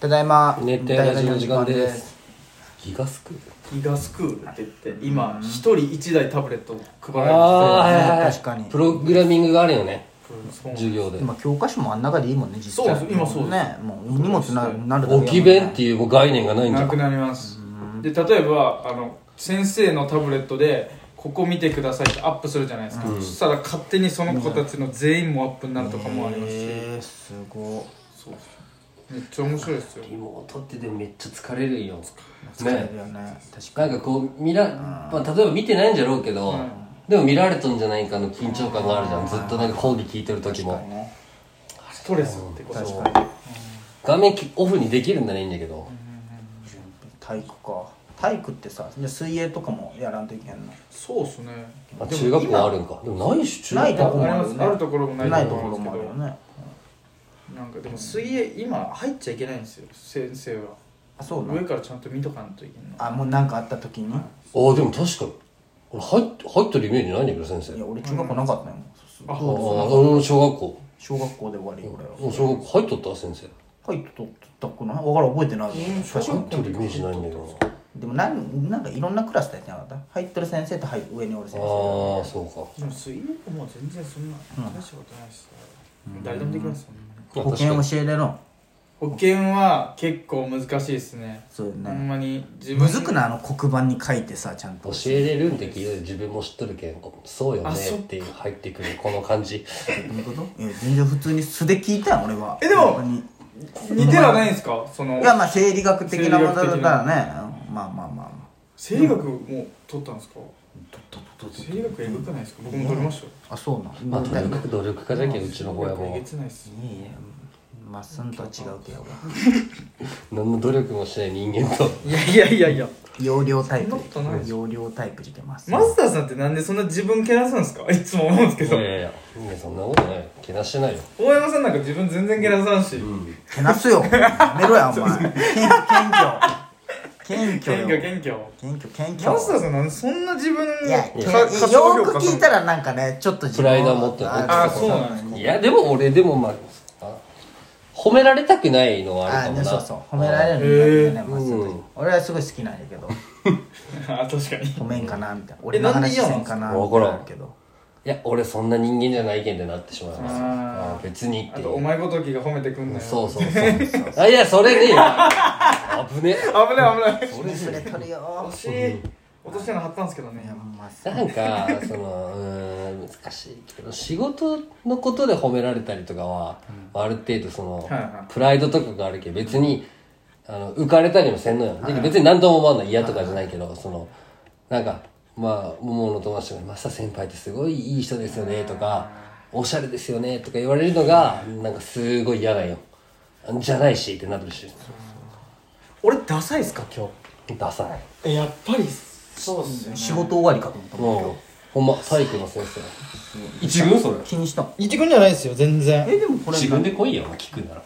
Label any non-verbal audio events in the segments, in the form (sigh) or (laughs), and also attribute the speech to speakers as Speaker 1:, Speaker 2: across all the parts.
Speaker 1: ただいま
Speaker 2: 寝てラジオの時間ですギガスクール
Speaker 3: ギガスクールって言って今一人一台タブレット配られ
Speaker 2: ああーはいはいはい
Speaker 1: 確かに
Speaker 2: プログラミングがあるよね
Speaker 3: てて
Speaker 2: 授業で
Speaker 1: 今教科書もあん中でいいもんね実際
Speaker 3: そうです今そうです
Speaker 1: ねもうお荷物ななるだけだもん
Speaker 2: 置
Speaker 1: ね
Speaker 2: き弁っていう概念がないんじゃ
Speaker 3: なんくなりますで例えばあの先生のタブレットでここ見てくださいってアップするじゃないですか、そしたら勝手にその子たちの全員もアップになるとかもありますし、
Speaker 1: えーすごい
Speaker 3: そうめっちゃ面白いですよ
Speaker 2: 妹ってでめっちゃ疲れるよ
Speaker 1: 疲れるよね確か
Speaker 2: なんかこう見ら、まあ、例えば見てないんじゃろうけど、
Speaker 3: うん
Speaker 2: でも見られとんじゃないかの緊張感があるじゃんずっとなんか講義聞いてる時
Speaker 1: に
Speaker 2: も
Speaker 1: ね
Speaker 3: ストレスってこと
Speaker 2: そう
Speaker 1: 確かに
Speaker 2: 画面きオフにできるんならいいんだけど、
Speaker 1: 体育か体育ってさじゃあ水泳とかもやらんといけんの
Speaker 3: そうっすね
Speaker 2: あ中学校あるんかでもないっし中
Speaker 1: な
Speaker 2: 学
Speaker 1: いと
Speaker 2: 校
Speaker 1: こもあるよね
Speaker 3: あるところもない
Speaker 1: ない
Speaker 3: と
Speaker 1: と
Speaker 3: こ
Speaker 1: こ
Speaker 3: ろ
Speaker 1: ろ
Speaker 3: も
Speaker 1: も
Speaker 3: あ
Speaker 1: あ
Speaker 3: る
Speaker 1: る
Speaker 3: んで
Speaker 1: よ
Speaker 3: すけど
Speaker 1: ね
Speaker 3: なんかでも水泳今入っちゃいけないんですよ先生は
Speaker 1: あそうな
Speaker 3: 上
Speaker 1: の
Speaker 3: からちゃんと見とかんといけない
Speaker 1: あもうなんかあった時に
Speaker 2: ああでも確かに俺入って入ってるイメージないんだけど先生
Speaker 1: いや俺中学校なかったよもうそう
Speaker 3: あ
Speaker 2: ああうん小学校
Speaker 1: 小学校で終わり俺は
Speaker 2: うん小学校入っとった先生
Speaker 1: 入っとったっこない分からん覚えてないけど確か
Speaker 2: 入っとるイメージないんだけどな
Speaker 1: でもなんなんかいろんなクラスでやってなかった入ってる先生と入上におる先生
Speaker 2: ああそう
Speaker 3: でも水泳はもう全然そんな大したことないですよ誰でもできますもんね
Speaker 2: か
Speaker 1: 保険
Speaker 2: まあ確か
Speaker 1: 教
Speaker 2: に
Speaker 1: えれろ
Speaker 3: 保険は結構難しいですね
Speaker 1: そうよ
Speaker 3: ほん
Speaker 1: ね
Speaker 3: まに自分
Speaker 1: むずくないあの黒板に書いてさちゃんと
Speaker 2: 教えれるんって聞いて自分も知っとるけんそうよ
Speaker 3: あ
Speaker 2: ね
Speaker 3: そっ
Speaker 2: っ
Speaker 3: か
Speaker 2: ていう入ってくるこの感じ
Speaker 1: どういうこといや全然普通に素で聞いたよ俺は
Speaker 3: えでも
Speaker 1: 本当に
Speaker 3: 似てはないんですかその
Speaker 1: いやまあ生理学的なものだったらねうんまあまあまあまあ
Speaker 3: 生理学も取ったんですか
Speaker 1: とっとっとっと
Speaker 3: 生理学えぐくないですか僕も取りましたよ
Speaker 1: あそうな
Speaker 2: まあ
Speaker 1: ん
Speaker 2: と
Speaker 1: だ
Speaker 2: に
Speaker 1: い
Speaker 2: かく努力家じゃけんうちの方やも
Speaker 3: え
Speaker 2: う
Speaker 3: げつないっす
Speaker 1: いいえまっすんとは違うけど
Speaker 2: 何の努力もしない人間と
Speaker 3: いやいやいやいや
Speaker 1: 容量タイプ
Speaker 3: そんなことないでし
Speaker 1: 容量タイプじてます
Speaker 3: マスターさんってなんでそんな自分けなすんですかいつも思うんですけ
Speaker 2: いや
Speaker 3: ど
Speaker 2: いやいやいやそんなことないよけなしてないよ
Speaker 3: 大山さんなんか自分全然けなさんし
Speaker 1: けなすよやめろ (laughs) やお前謙謙虚謙虚
Speaker 3: 謙
Speaker 1: よ
Speaker 3: 虚謙虚
Speaker 1: 謙虚謙虚
Speaker 3: マスターさんなんでそんな自分
Speaker 1: いや
Speaker 3: の
Speaker 1: いや
Speaker 3: か
Speaker 1: よ
Speaker 3: 過小評
Speaker 1: ーく
Speaker 3: 価
Speaker 1: 聞いたらなんかねちょっと自分
Speaker 2: プライドは持ってる
Speaker 3: あそうなんです
Speaker 2: いやでも俺でもまああ褒められたくないのはあ
Speaker 1: あ
Speaker 2: るかも
Speaker 1: ね
Speaker 2: な
Speaker 1: そうそう褒められるんだよねまっす
Speaker 2: う
Speaker 1: ぐ
Speaker 2: ん
Speaker 1: 俺はすごい好きなんやけど
Speaker 3: (laughs) あ確かに
Speaker 1: 褒めんかなみたいな俺の
Speaker 3: なんで
Speaker 1: 話
Speaker 3: 嫌
Speaker 1: せ
Speaker 3: なん
Speaker 1: ん
Speaker 3: です
Speaker 1: か
Speaker 3: か
Speaker 1: な
Speaker 2: わからん
Speaker 1: みたいなのあ
Speaker 2: いや俺そんな人間じゃないけんってなってしまいます
Speaker 3: あー
Speaker 2: あー別にっ
Speaker 3: あ
Speaker 2: てい
Speaker 3: とお
Speaker 2: う
Speaker 3: 前ごときが褒めてくんなよ
Speaker 2: そうそうそう (laughs) あいやそれねえよ危ね
Speaker 3: 危ない危ない
Speaker 2: そ
Speaker 1: るけど
Speaker 2: れ
Speaker 1: それ
Speaker 2: ね
Speaker 1: 取るよ
Speaker 3: 惜しい落としたの貼ったんですけど
Speaker 1: い
Speaker 3: ね
Speaker 1: やまっす
Speaker 2: えなんかそのうーん難しいけど仕事のことで褒められたりとかは、ある程度その、
Speaker 3: はいはい
Speaker 2: プライドとかがあるけど別にあの浮かれたりもせんのよ、で別に何とも思わない嫌とかじゃないけど、そのなんかまあ桃の友達とかに「マサ先輩ってすごいいい人ですよね」とか「おしゃれですよね」とか言われるのがなんかすごい嫌だよじゃないしってなってるし
Speaker 3: 俺ダサいっすか今
Speaker 2: ダサい
Speaker 3: 日えやっぱりそうっすよ
Speaker 1: 仕事終わりかと思ったもん
Speaker 2: もうほんま体育の先生一軍それ
Speaker 1: 気にした
Speaker 3: 一軍じゃないですよ全然
Speaker 1: えでもこれ
Speaker 2: 自分で来いよ聞くなら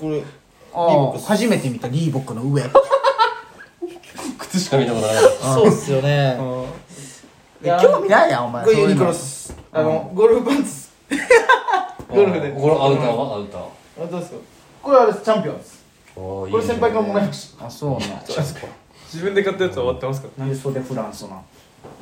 Speaker 3: これ
Speaker 1: ああ初めて見たリーボックの上
Speaker 2: 靴しか見たことない
Speaker 4: そうっすよね。
Speaker 1: 興味ないやんお前
Speaker 4: これ
Speaker 1: そういう
Speaker 4: ユ
Speaker 1: の
Speaker 4: ニクロっす。
Speaker 3: あのゴルフパンツゴルフで
Speaker 2: これアウターはアウター
Speaker 4: あ、どうっすか
Speaker 3: これあれですチャンピオンです
Speaker 2: こ
Speaker 4: これ先輩からもらいま
Speaker 2: し
Speaker 4: し
Speaker 1: あそうなん
Speaker 3: 自分で買ったやつは終わってますか
Speaker 1: なんで袖フランスなん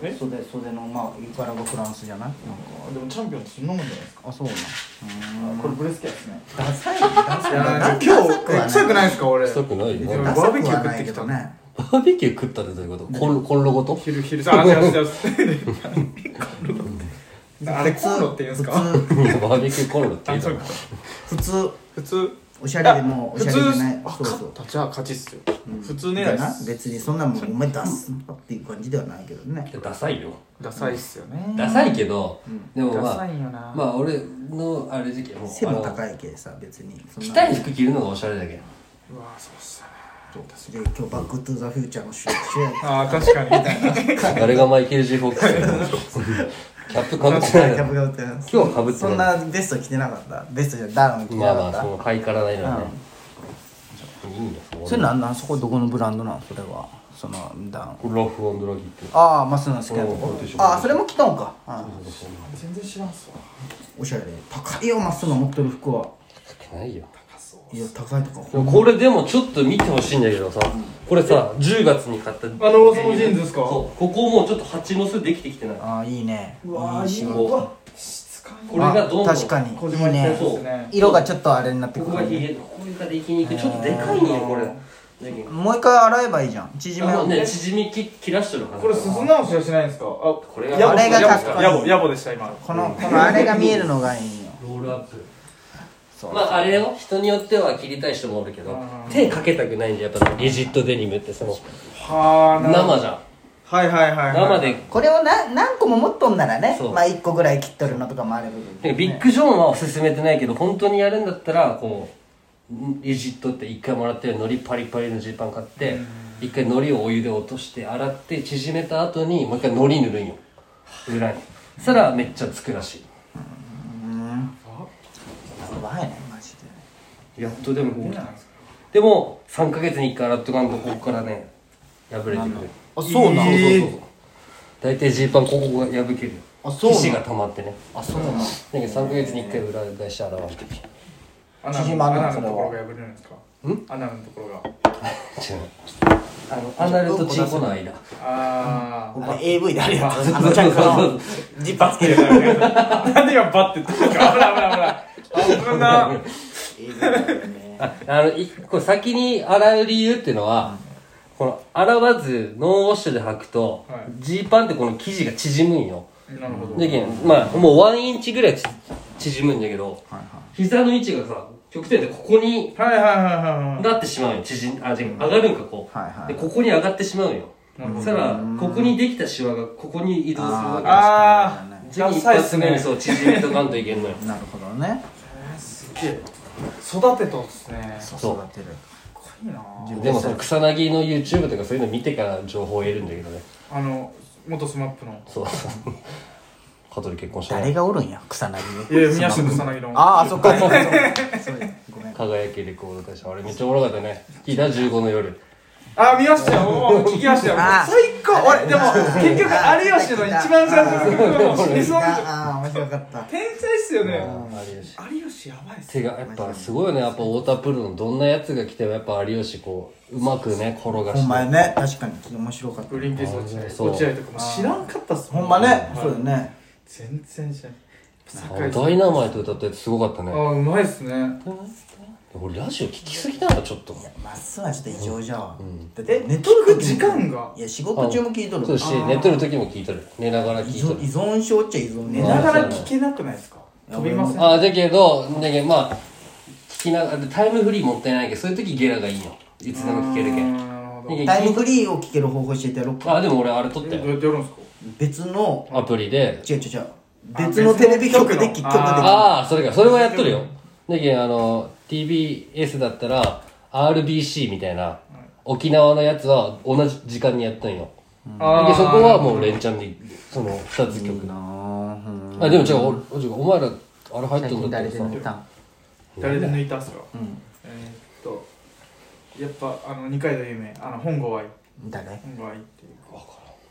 Speaker 3: え
Speaker 1: 袖袖のまあ柄がフランスじゃないなんか
Speaker 3: らでもチャンピオンってそんなもんじゃないですか
Speaker 1: あそうなん
Speaker 3: これブレスケアですね
Speaker 1: ダサいダ
Speaker 3: いや
Speaker 1: サ
Speaker 3: なん
Speaker 1: い
Speaker 3: か今日臭くないですか俺
Speaker 2: たくないよ
Speaker 3: ダ
Speaker 2: (laughs) バ
Speaker 3: サくはないけどね
Speaker 1: ね
Speaker 2: ーベキュー食ったってどういうことコンコンロごと
Speaker 3: 昼昼さあ違う違う違うあれコンロって言うんですか
Speaker 1: 普通
Speaker 2: バーベキューコンロって言
Speaker 3: あ
Speaker 2: うだ
Speaker 3: そう
Speaker 2: ろ
Speaker 3: か
Speaker 1: 普通
Speaker 3: 普通
Speaker 1: おしゃれでもお
Speaker 3: 普
Speaker 1: しゃ
Speaker 3: 通
Speaker 1: れでない
Speaker 3: あ
Speaker 1: そう
Speaker 3: 勝
Speaker 1: そ
Speaker 3: っ
Speaker 1: う
Speaker 3: たじゃあ勝ちっすよ普通狙い
Speaker 1: で
Speaker 3: っ
Speaker 1: な
Speaker 3: す
Speaker 1: 別にそんなもんお前出すのかっていう感じではないけどね
Speaker 2: ダサいよ
Speaker 3: ダサいっすよね
Speaker 2: ダサいけどでも
Speaker 3: ダ
Speaker 2: ま
Speaker 3: サ
Speaker 2: あ
Speaker 3: いよな
Speaker 2: まあ俺のあれ時期もう
Speaker 1: 背も
Speaker 2: あ
Speaker 1: 高いけさ別にそ
Speaker 2: の
Speaker 1: んな
Speaker 2: 着たい服着るのがおしゃれだけど
Speaker 3: うわそうっすね
Speaker 1: で今日バックトゥザフューチャーの集中や
Speaker 3: ああ確かに
Speaker 2: 誰がマイケル・ J ・フォックスやのキャップかぶってない
Speaker 1: キャ
Speaker 2: だ
Speaker 1: ッ
Speaker 2: ろ
Speaker 1: プが売ってる
Speaker 2: 今日かぶって
Speaker 1: そ
Speaker 2: ない
Speaker 1: んなベスト着てなかったベストじゃダウン着て
Speaker 2: ま
Speaker 1: な
Speaker 2: あ
Speaker 1: か
Speaker 2: ま
Speaker 1: っ
Speaker 2: あ
Speaker 1: た
Speaker 2: そのハイカラないのねいいんだよ
Speaker 1: それなんなんそこどこのブランドなんそれはそのダウン
Speaker 2: ラフ・アンドラギって
Speaker 1: ああマスの好きなと
Speaker 2: う
Speaker 1: こ
Speaker 2: んでしょ
Speaker 1: ああそれも着たんかあ
Speaker 3: 全然知らんっすわ
Speaker 1: おしゃれ高いよマスの持ってる服は
Speaker 2: ないよ
Speaker 1: えいや高いとかほんま
Speaker 2: これでもちょっと見てほしいんだけどさこれさ10月に買った
Speaker 3: あの王様ジーンズですか
Speaker 2: そうここもうちょっと蜂の巣できてきてない
Speaker 1: ああいいね
Speaker 3: うわ
Speaker 1: いい
Speaker 3: ーいい
Speaker 1: 仕
Speaker 3: わ
Speaker 1: 事
Speaker 3: うわ質感いい
Speaker 2: これがどんどん
Speaker 1: あ確かに
Speaker 3: 小
Speaker 1: い
Speaker 3: 島
Speaker 1: い
Speaker 3: に
Speaker 1: ね
Speaker 3: そうですね
Speaker 1: 色がちょっとあれになって
Speaker 2: こ
Speaker 1: く
Speaker 2: こ
Speaker 1: る
Speaker 2: がヒ
Speaker 1: ね
Speaker 2: ゲここができにくいちょっとでかいんよこれ
Speaker 1: もう一回洗えばいいじゃん縮め
Speaker 2: あ
Speaker 1: よ
Speaker 2: の
Speaker 1: う
Speaker 2: ね縮みき切らしてるはず
Speaker 3: これ裾直しはしないんですかあこ
Speaker 2: れが
Speaker 1: あれがかっこいい
Speaker 3: 野暮野暮でした今
Speaker 1: このこのあれが見えるのがいいよ
Speaker 2: ロールアップ
Speaker 1: そう
Speaker 2: まああれよ人によっては切りたい人もおるけど
Speaker 3: うん
Speaker 2: 手かけたくないんでやっぱリジットデニムってその
Speaker 3: はあなるほど
Speaker 2: 生じゃん
Speaker 3: はいはいはいはい
Speaker 2: 生で
Speaker 1: これをな何個も持っとんならね
Speaker 2: そう
Speaker 1: まあ一個ぐらい切っとるのとかもあればいいけ
Speaker 2: で
Speaker 1: ど
Speaker 2: ビッグジョーンは勧めてないけど本当にやるんだったらこうんリジットって一回もらってるのりパリパリのジーパン買って一回のりをお湯で落として洗って縮めた後にもう一回のり塗るんよ裏にそしたらめっちゃつくらし
Speaker 1: やばいねマジで
Speaker 2: いやっとでも
Speaker 3: じゃないですか
Speaker 2: でも3ヶ月に1回洗っとかんとここからね破れてくる
Speaker 1: あそうなん
Speaker 2: そうそう
Speaker 1: え
Speaker 2: そう大体ジーパンここが破けるよ
Speaker 1: あそうなん
Speaker 2: 皮脂が溜まってね
Speaker 1: あそうなん
Speaker 2: だけど3ヶ月に1回裏返して洗われてる
Speaker 3: 穴
Speaker 1: 縮まんの
Speaker 3: の穴の
Speaker 1: そ
Speaker 3: と
Speaker 1: れは
Speaker 3: ころが破れるんですか
Speaker 2: ん
Speaker 3: 穴のところが
Speaker 2: 違うあのアナルとチンコの間
Speaker 3: あ
Speaker 1: お
Speaker 3: ー
Speaker 1: 前 AV であるやつあのちゃんこ
Speaker 2: (laughs)
Speaker 1: のジッパーつける
Speaker 3: なんで今バッて言ったんですか危ない危ない危ない危な
Speaker 1: AV だよね
Speaker 2: ああのいこれ先に洗う理由っていうのは、この洗わずノンウォッシュで履くと
Speaker 3: はい
Speaker 2: ジー、パンってこの生地が縮むんよ
Speaker 3: なるほど
Speaker 2: だけどまあもう1インチぐらいち縮むんだけど、膝の位置がさ極点でここに
Speaker 3: はいはいはいはいは
Speaker 2: なってしまうよ縮んあ違う上がるんかこう、
Speaker 1: はいはい
Speaker 2: でここに上がってしまうよそしたらここにできたシワがここに移動するわ
Speaker 3: い
Speaker 2: けだ
Speaker 3: あー
Speaker 2: し次一発目にそう縮めとかんといけんのよ
Speaker 1: なるほどね
Speaker 3: すげえ育てとっすねかっ
Speaker 2: そう
Speaker 1: 育てる
Speaker 3: こいいなぁ
Speaker 2: でもその草薙の YouTube とかそういうの見てから情報を得るんだけどね
Speaker 3: あの元スマップの
Speaker 2: そうそう。カトリ結婚した
Speaker 1: 誰
Speaker 2: な。
Speaker 1: がおるんや草薙
Speaker 3: いや宮下草薙の
Speaker 1: ああそっかそうかそうかごめん
Speaker 2: 輝きレコード会社。あれめっちゃおもろかったね。聞いた15の夜。
Speaker 3: あ見ましたよおー聞きましたよ
Speaker 1: あー
Speaker 3: 最高俺でも結局有吉の一番最初の曲はもう死にそうな
Speaker 1: ああ面白かった
Speaker 3: 天才っすよね
Speaker 2: 有吉。
Speaker 3: 有吉やばいっす
Speaker 2: てがやっぱすごいね。やっぱ太田プロのどんなやつが来てもやっぱ有吉こう、うまくね、転が
Speaker 1: ほんま
Speaker 2: して。
Speaker 1: やね確かに面白かっ
Speaker 3: ブリンケンス落ち
Speaker 2: そう
Speaker 3: 落合とかも知らんかったっす
Speaker 1: たほんまね
Speaker 3: はい
Speaker 1: そうだね
Speaker 3: 全然知らん
Speaker 2: あ
Speaker 3: 酒
Speaker 2: の
Speaker 3: 井
Speaker 2: ダイナマイト歌ったやつすごかった
Speaker 3: あ
Speaker 2: ね。
Speaker 3: ーうまいっすね
Speaker 2: 俺ラジオ聞きすぎたんだ、ちょっと。
Speaker 1: まっすぐはちょっと異常じゃわだって
Speaker 3: え
Speaker 1: 寝
Speaker 3: 寝
Speaker 1: とる
Speaker 3: とる
Speaker 1: 時
Speaker 3: 時
Speaker 1: 間
Speaker 3: 間が
Speaker 1: いや仕事中も聞いとる
Speaker 2: そうし、寝とる時も聞いとる。寝ながら
Speaker 1: 依
Speaker 2: 聞いと
Speaker 1: 存依
Speaker 2: る。
Speaker 1: 存症っちゃ依存
Speaker 3: 寝
Speaker 1: 症
Speaker 3: ながら聞けなくないですか飛びません
Speaker 2: あ、だけど、だけどまあ、聞きながら、タイムフリーもったいないけど、そういう時ゲラがいいよ。いつでも聞けるけん。
Speaker 3: け
Speaker 1: タイムフリーを聞ける方法教えてやろうか
Speaker 2: あ、でも俺あれ撮った
Speaker 3: どう
Speaker 2: よ。
Speaker 3: やってやるんですか
Speaker 1: 別の
Speaker 2: アプリで、
Speaker 1: 違う違う違う別のテレビ局で聞く曲で
Speaker 2: ああそれかそれはやっとるよだけどあの TBS だったら RBC みたいな沖縄のやつは同じ時間にやったんよだけどそこはもう連チャンでその2つ曲あでも違うお違うお前らあれ入っとるんだったらさ
Speaker 1: た
Speaker 3: 誰で抜いたっすか
Speaker 1: ん
Speaker 3: えーっとやっぱあの二階堂有名あの本郷愛
Speaker 1: 誰
Speaker 3: 本郷愛っていう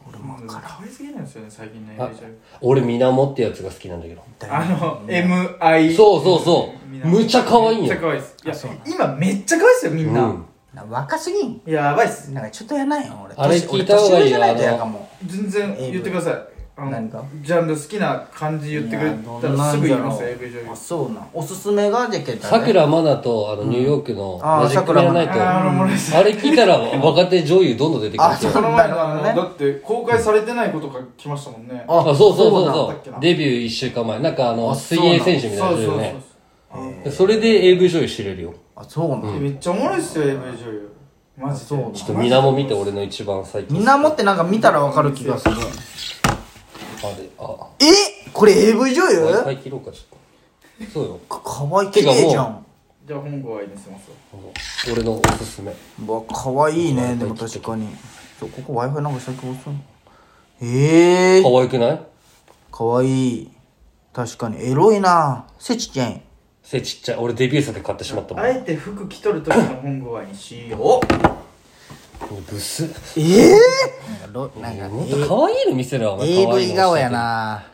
Speaker 3: 俺も分からん可愛すぎるんですよね最近ね
Speaker 2: あ
Speaker 3: めちゃく
Speaker 2: 俺みなもってやつが好きなんだけど
Speaker 3: ちゃあの MI
Speaker 2: そうそうそう
Speaker 3: みんな
Speaker 2: むちゃ可愛いんよ
Speaker 3: めっちゃ可愛いっすいや今めっちゃ可愛いっすよみん
Speaker 2: う
Speaker 3: なん
Speaker 1: な若すぎん
Speaker 3: やばいっす
Speaker 1: なんかちょっとやないよ俺
Speaker 2: あれ聞いた方がい
Speaker 1: 年上
Speaker 2: いよ
Speaker 1: じゃないとやかも
Speaker 3: 全然言ってくださいあ
Speaker 1: 何か
Speaker 3: のジャンル好きな感じ言ってくれたらすぐ言いますよ AV 女優
Speaker 1: あそうなんおすすめがじゃけど
Speaker 2: さくらまなとあのニューヨークの
Speaker 1: あー
Speaker 2: マジックミラーナイ
Speaker 3: あーあのも
Speaker 2: ト
Speaker 3: ろいっす
Speaker 2: あれ聞い
Speaker 3: (laughs)
Speaker 2: たら若手女優どんどん出てくる
Speaker 1: あそう
Speaker 3: この前のあの、
Speaker 1: ね
Speaker 3: だって公開されてないことが来ましたもんね
Speaker 2: あそうそうそう
Speaker 3: そうなんだっ
Speaker 2: そ
Speaker 3: け
Speaker 2: う
Speaker 3: な
Speaker 2: デビュー1週間前なんかあの
Speaker 1: あ
Speaker 2: 水泳選手みたいな人だ
Speaker 3: そうそ
Speaker 2: よ
Speaker 3: う
Speaker 2: ね
Speaker 3: そう
Speaker 2: でそれで AV 女優知れるよ
Speaker 1: あそうなん、
Speaker 3: えめっちゃおもろいっすよ AV 女優マジで
Speaker 1: そうなの
Speaker 2: ちょっとみなも見て俺の一番最近
Speaker 1: みんな持ってなんか見たらわかる気がする
Speaker 2: あれあ
Speaker 1: えこれ AV 女優
Speaker 2: w i 切ろうかちょっとそうよ
Speaker 1: かかわいい綺麗じゃん
Speaker 3: じゃあ本郷愛にしますよ
Speaker 2: あの俺のおすすめ
Speaker 1: うわかわいいねでも確かにそうここ w i f i なんか先押すのええ
Speaker 2: 可愛くない
Speaker 1: かわいい確かにエロいなせちちゃん
Speaker 2: 背ちっちゃい俺デビュー作で買ってしまったもん
Speaker 3: あえて服着とる時の本郷愛にしよう
Speaker 2: ブス
Speaker 1: ええなんかロなんか
Speaker 2: もっと可愛いの見せろお前可愛いの
Speaker 1: AV 顔やな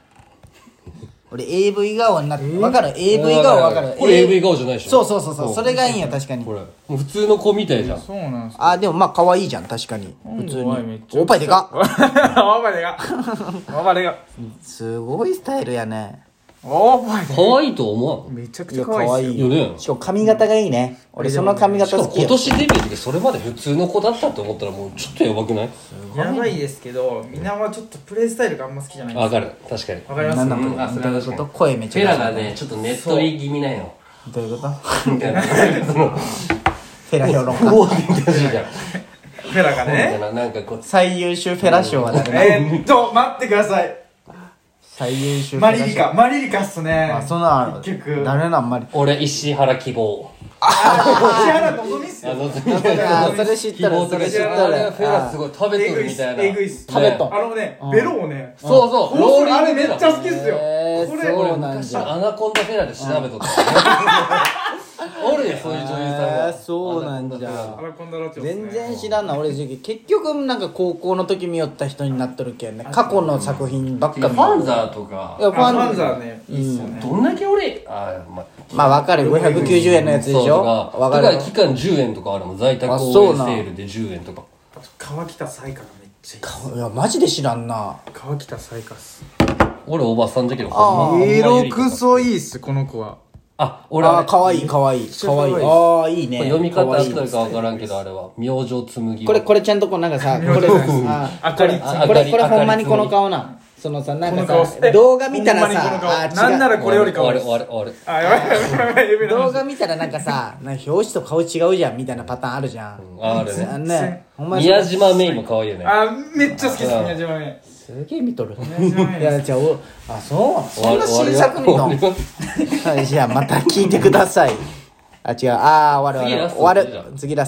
Speaker 1: 俺 AV 顔になってわかる AV 顔わかる
Speaker 2: これ AV
Speaker 1: 顔
Speaker 2: 顔じゃないでしょ
Speaker 1: そうそうそうそうそれがいいんや確かに
Speaker 2: これもう普通の子みたいじゃん
Speaker 3: そうなんです
Speaker 1: あでもまあ可愛いじゃん確かに普通
Speaker 3: おいめっ
Speaker 1: に
Speaker 3: ちゃ
Speaker 1: おっぱいでかっ
Speaker 3: おばれがおばれが
Speaker 1: すごいスタイルやね
Speaker 3: おばれが
Speaker 2: 可愛いと思わん
Speaker 3: めちゃく
Speaker 1: い
Speaker 3: ちゃ
Speaker 1: や
Speaker 3: 可
Speaker 1: 可
Speaker 3: 愛いっす
Speaker 1: 愛い
Speaker 2: よね
Speaker 1: しかも髪型がいいね俺その髪
Speaker 2: しか
Speaker 1: 型
Speaker 2: も
Speaker 1: 好き
Speaker 2: 今
Speaker 1: よ
Speaker 2: 年デビューでそれまで普通の子だったと思ったらもうちょっとやばくない
Speaker 3: やばいですけど、みんなはちょっとプレイスタイルがあんま好きじゃないんで
Speaker 2: わ
Speaker 3: すよ。
Speaker 2: かる確かに
Speaker 3: わかります
Speaker 1: なんだ
Speaker 2: うんあそれは確か
Speaker 1: と
Speaker 2: に
Speaker 1: 声めっち
Speaker 2: ペ
Speaker 1: ゃ
Speaker 2: ラ
Speaker 1: 出
Speaker 2: が
Speaker 1: す
Speaker 2: ねちょっとねっとり気味なんよ
Speaker 1: どういうこと (laughs)
Speaker 2: みたいなその
Speaker 1: フェラ評論
Speaker 2: う
Speaker 1: 家
Speaker 2: おーみたいなじゃん
Speaker 3: ペラが
Speaker 2: みた
Speaker 3: ね
Speaker 2: い。ななんかこう
Speaker 1: 最優秀フェラ賞は誰だ
Speaker 3: えーっと、待ってください。
Speaker 1: 最優秀フ
Speaker 3: マ
Speaker 1: ェラ
Speaker 3: リ
Speaker 1: 賞
Speaker 3: リカ、マリリカっすね。
Speaker 1: あそんなんある
Speaker 3: 結局。
Speaker 1: 誰なんマリ
Speaker 2: 俺石原希望
Speaker 3: 石原のぞみっす
Speaker 2: あ
Speaker 3: よ。
Speaker 2: の希
Speaker 1: あーそれ知ったら
Speaker 2: 望
Speaker 1: そ
Speaker 2: とか
Speaker 1: れ知っ
Speaker 2: 石
Speaker 1: た
Speaker 2: 原
Speaker 1: ら
Speaker 2: フェラすごい食べとるみたいな
Speaker 3: えぐい
Speaker 1: ぐい
Speaker 3: っすえ
Speaker 1: っす食べとん
Speaker 3: あのね、ベロをね、
Speaker 2: そうそう
Speaker 3: こう
Speaker 2: ロー
Speaker 3: あ
Speaker 2: リ
Speaker 3: れ
Speaker 2: ングベ
Speaker 3: めっ
Speaker 2: ラ
Speaker 3: ちゃ好きっすよ。
Speaker 1: え
Speaker 3: こ
Speaker 1: ー
Speaker 3: れ、
Speaker 1: そうな
Speaker 3: 俺、
Speaker 1: ん
Speaker 2: 昔
Speaker 1: じゃ
Speaker 2: アナコンダフェラで調べとったおるよそういう女優さん
Speaker 1: え
Speaker 2: が
Speaker 1: ーそうなんじゃ
Speaker 3: アラコンダラチョウっすね
Speaker 1: 全然知らんな俺時期結局なんか高校の時見よった人になっとるけんね過去の作品ばっか
Speaker 2: て
Speaker 1: 見よ
Speaker 2: か
Speaker 1: る
Speaker 2: ファンザーとか
Speaker 1: いや
Speaker 3: あ
Speaker 1: フ
Speaker 3: ファ
Speaker 1: ァン
Speaker 3: ン
Speaker 1: ザ
Speaker 3: ザ
Speaker 1: ー
Speaker 3: ーね、いいっすよね。
Speaker 2: どんだけ俺あーまあ
Speaker 1: まあわかる590円のやつでし
Speaker 2: そう
Speaker 1: ょ
Speaker 2: と
Speaker 1: わ
Speaker 2: か
Speaker 1: か
Speaker 2: だ
Speaker 1: るよ
Speaker 2: から期間10円とかあるもん在宅
Speaker 1: あ
Speaker 2: 応
Speaker 1: そう
Speaker 2: 援セ
Speaker 1: なん
Speaker 2: ールで10円とか
Speaker 3: あと、川北彩花がめっちゃいいっす。
Speaker 1: いやマジで知らんな
Speaker 3: 川北彩花っす。
Speaker 2: 俺おばさんじゃけど
Speaker 1: あー
Speaker 2: ほんまほんまよりとか
Speaker 3: そいいっす、この子は。
Speaker 2: あ俺あ
Speaker 1: あ
Speaker 2: れ
Speaker 1: かわいいかわいいかわいい
Speaker 3: めっちゃ
Speaker 1: ああいいね
Speaker 2: 読み
Speaker 1: か
Speaker 2: 方
Speaker 1: わ
Speaker 2: 合っ
Speaker 1: いい
Speaker 2: てるか分からんけどあれは明星紬
Speaker 1: これこれちゃんとこうなんかさこれあ
Speaker 3: あかり
Speaker 2: あ
Speaker 1: こ
Speaker 2: 明か
Speaker 1: れ
Speaker 2: り
Speaker 1: これほんま
Speaker 2: 明か
Speaker 1: に
Speaker 2: り
Speaker 1: この顔なんそのさなん
Speaker 3: この
Speaker 1: か
Speaker 3: 顔え
Speaker 1: さ動画見たら
Speaker 3: ほんまにこ
Speaker 1: さ
Speaker 3: の顔
Speaker 1: あ違う
Speaker 3: なんならこれよりか
Speaker 2: あ
Speaker 3: わい
Speaker 2: れ
Speaker 3: いっす
Speaker 2: あれあれ
Speaker 3: あ、やばいやばいやばい、指の
Speaker 1: 動
Speaker 3: 話
Speaker 1: 画見たらなんかさなんか表紙と顔違うじゃんみたいなパターンあるじゃん
Speaker 2: あるね
Speaker 1: あんねほんまに
Speaker 2: 宮島メイも可愛いよね
Speaker 3: あ、めっちゃ好きっす、宮島ね。
Speaker 1: すげえ見とる
Speaker 3: 宮島ね
Speaker 1: いや違うおあそうそんな新作見
Speaker 2: 終わ
Speaker 1: の
Speaker 2: るよ
Speaker 1: じゃあまた聞いてくださいあ違うああ終わる終わる
Speaker 2: 次ラスト
Speaker 1: 終わる次ラスト